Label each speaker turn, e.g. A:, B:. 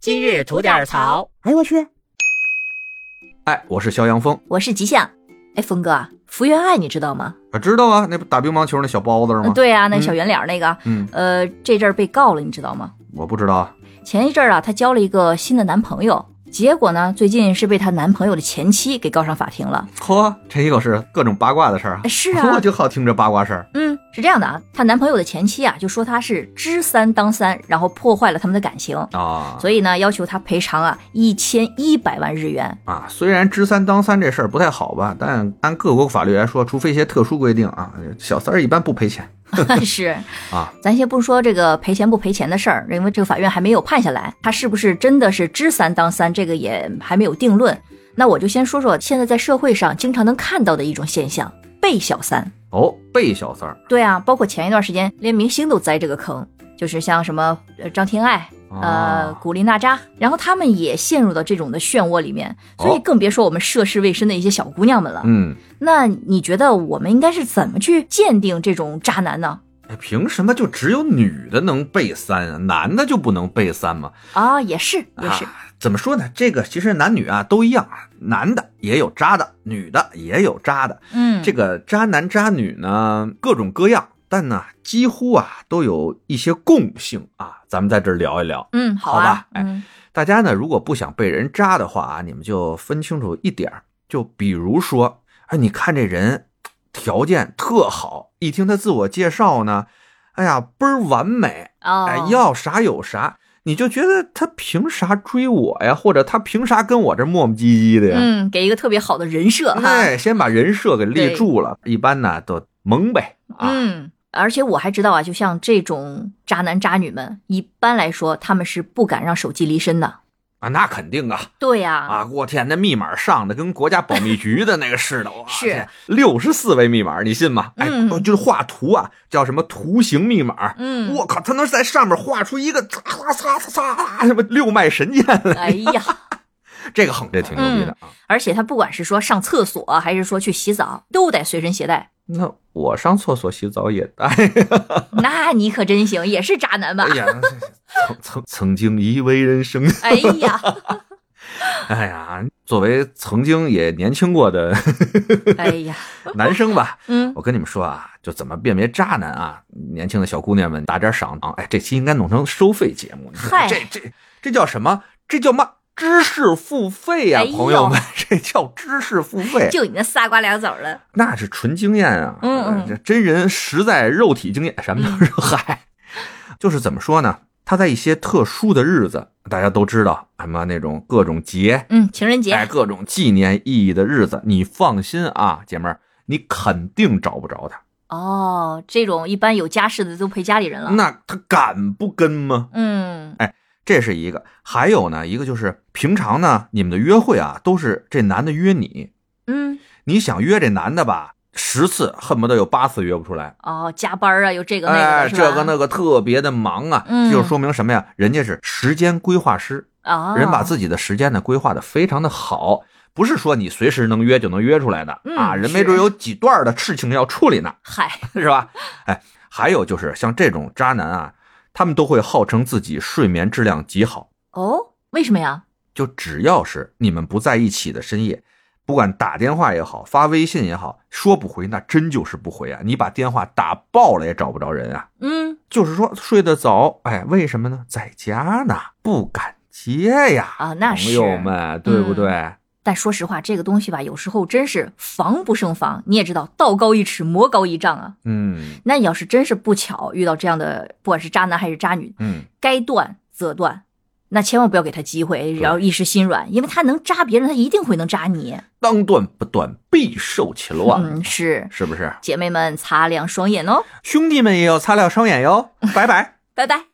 A: 今日吐点槽。
B: 哎，我去，
C: 哎，我是肖阳峰
B: 我是吉祥。哎，峰哥，福原爱你知道吗？
C: 啊，知道啊，那不打乒乓球那小包子是吗
B: 嗯？对啊，那
C: 嗯
B: 小圆脸儿那个，
C: 嗯，
B: 呃，这阵儿被告了，你知道吗？
C: 我不知道啊，
B: 前一阵儿啊，她交了一个新的男朋友，结果呢，最近是被她男朋友的前妻给告上法庭了。
C: 嚯，这又是各种八卦的事儿啊
B: 哎，！是
C: 我
B: 啊，
C: 就好听这八卦事儿。
B: 嗯，是这样的啊，她男朋友的前妻啊，就说她是知三当三，然后破坏了他们的感情，
C: 啊
B: 所以呢，要求她赔偿啊一千一百万日元。
C: 啊，虽然知三当三这事儿不太好吧，但按各国法律来说，除非一些特殊规定啊，小三儿一般不赔钱
B: 是
C: 啊，
B: 咱先不说这个赔钱不赔钱的事儿，因为这个法院还没有判下来，他是不是真的是知三当三，这个也还没有定论。那我就先说说现在在社会上经常能看到的一种现象——被小三。
C: 哦，被小三儿
B: 对啊，包括前一段时间连明星都栽这个坑，就是像什么呃张天爱、呃
C: 啊，
B: 古力娜扎，然后他们也陷入到这种的漩涡里面，所以
C: 哦
B: 更别说我们涉世未深的一些小姑娘们了。
C: 嗯，
B: 那你觉得我们应该是怎么去鉴定这种渣男呢？
C: 哎凭什么就只有女的能被三啊，男的就不能被三吗？
B: 啊，也是，也是。
C: 啊。怎么说呢？这个其实男女啊都一样啊，男的也有渣的，女的也有渣的。
B: 嗯，
C: 这个渣男渣女呢，各种各样，但呢，几乎啊都有一些共性啊。咱们在这儿聊一聊，
B: 嗯，好
C: 好
B: 啊
C: 吧，哎
B: 嗯
C: 大家呢如果不想被人渣的话啊，你们就分清楚一点儿，就比如说，哎，你看这人条件特好，一听他自我介绍呢，哎呀，倍儿完美，
B: 哦，
C: 哎，要啥有啥。你就觉得他凭啥追我呀？或者他凭啥跟我这磨磨唧唧的呀？
B: 嗯，给一个特别好的人设哈，
C: 哎，先把人设给立住了，一般呢都懵呗啊。
B: 嗯。而且我还知道啊，就像这种渣男渣女们，一般来说他们是不敢让手机离身的。
C: 啊，那肯定啊
B: 对呀、
C: 啊！我天，那密码上的跟国家保密局的那个似的，哇
B: 是
C: 六十四位密码，你信吗？哎，
B: 嗯
C: 就是画图啊，叫什么图形密码。
B: 嗯，
C: 我靠，他能在上面画出一个擦擦擦擦擦什么六脉神剑来，
B: 哎呀，
C: 这个横，这挺牛逼的啊。
B: 而且他不管是说上厕所，还是说去洗澡，都得随身携 带。
C: 那我上厕所洗澡也带。
B: 那你可真行，也是渣男吧
C: 哎？ 呀，曾曾曾经一为人生。
B: 哎呀，
C: 哎呀，作为曾经也年轻过的
B: 哎呀，
C: 男生吧，
B: 嗯，
C: 我跟你们说啊，就怎么辨别渣男啊？年轻的小姑娘们打点赏啊！哎，这期应该弄成收费节目。你说
B: 嗨
C: 这这这叫什么？这叫嘛？知识付费呀、
B: 哎呦
C: 朋友们，这叫知识付费，
B: 就你那仨瓜俩枣儿了。
C: 那是纯经验啊！
B: 嗯嗯
C: 呃这真人实在肉体经验，什么都是嗨。就是怎么说呢？他在一些特殊的日子，大家都知道什么那种各种节，
B: 嗯，情人节，
C: 哎，各种纪念意义的日子，你放心啊，姐妹儿，你肯定找不着他。
B: 哦，这种一般有家室的都陪家里人了。
C: 那他敢不跟吗？
B: 嗯，
C: 这是一个，还有呢，一个就是平常呢，你们的约会啊，都是这男的约你，
B: 嗯，
C: 你想约这男的吧，十次恨不得有八次约不出来，
B: 哦，加班儿啊，有这个那
C: 哎，
B: 个的是吧，
C: 这个那个特别的忙啊，
B: 嗯
C: 这就说明什么呀？人家是时间规划师，
B: 啊，
C: 人把自己的时间呢规划的非常的好，不是说你随时能约就能约出来的、
B: 嗯
C: 啊，人
B: 是
C: 没准有几段的事情要处理呢，
B: 嗨，
C: 是吧？哎，还有就是像这种渣男啊，他们都会号称自己睡眠质量极好，
B: 哦，为什么呀？
C: 就只要是你们不在一起的深夜。不管打电话也好，发微信也好，说不回那真就是不回啊！你把电话打爆了也找不着人啊！
B: 嗯，
C: 就是说睡得早，哎，为什么呢？在家呢，不敢接呀。
B: 啊那是嗯
C: 朋友们，对不对？
B: 但说实话，这个东西吧，有时候真是防不胜防。你也知道，道高一尺，魔高一丈啊。
C: 嗯
B: 那你要是真是不巧遇到这样的，不管是渣男还是渣女，
C: 嗯，
B: 该断则断，那千万不要给他机会，然后一时心软，因为他能渣别人，他一定会能渣你。
C: 当断不断，必受其乱，
B: 嗯，是
C: 是不是？
B: 姐妹们擦亮双眼哦，
C: 兄弟们也要擦亮双眼哟，拜拜。
B: 拜拜。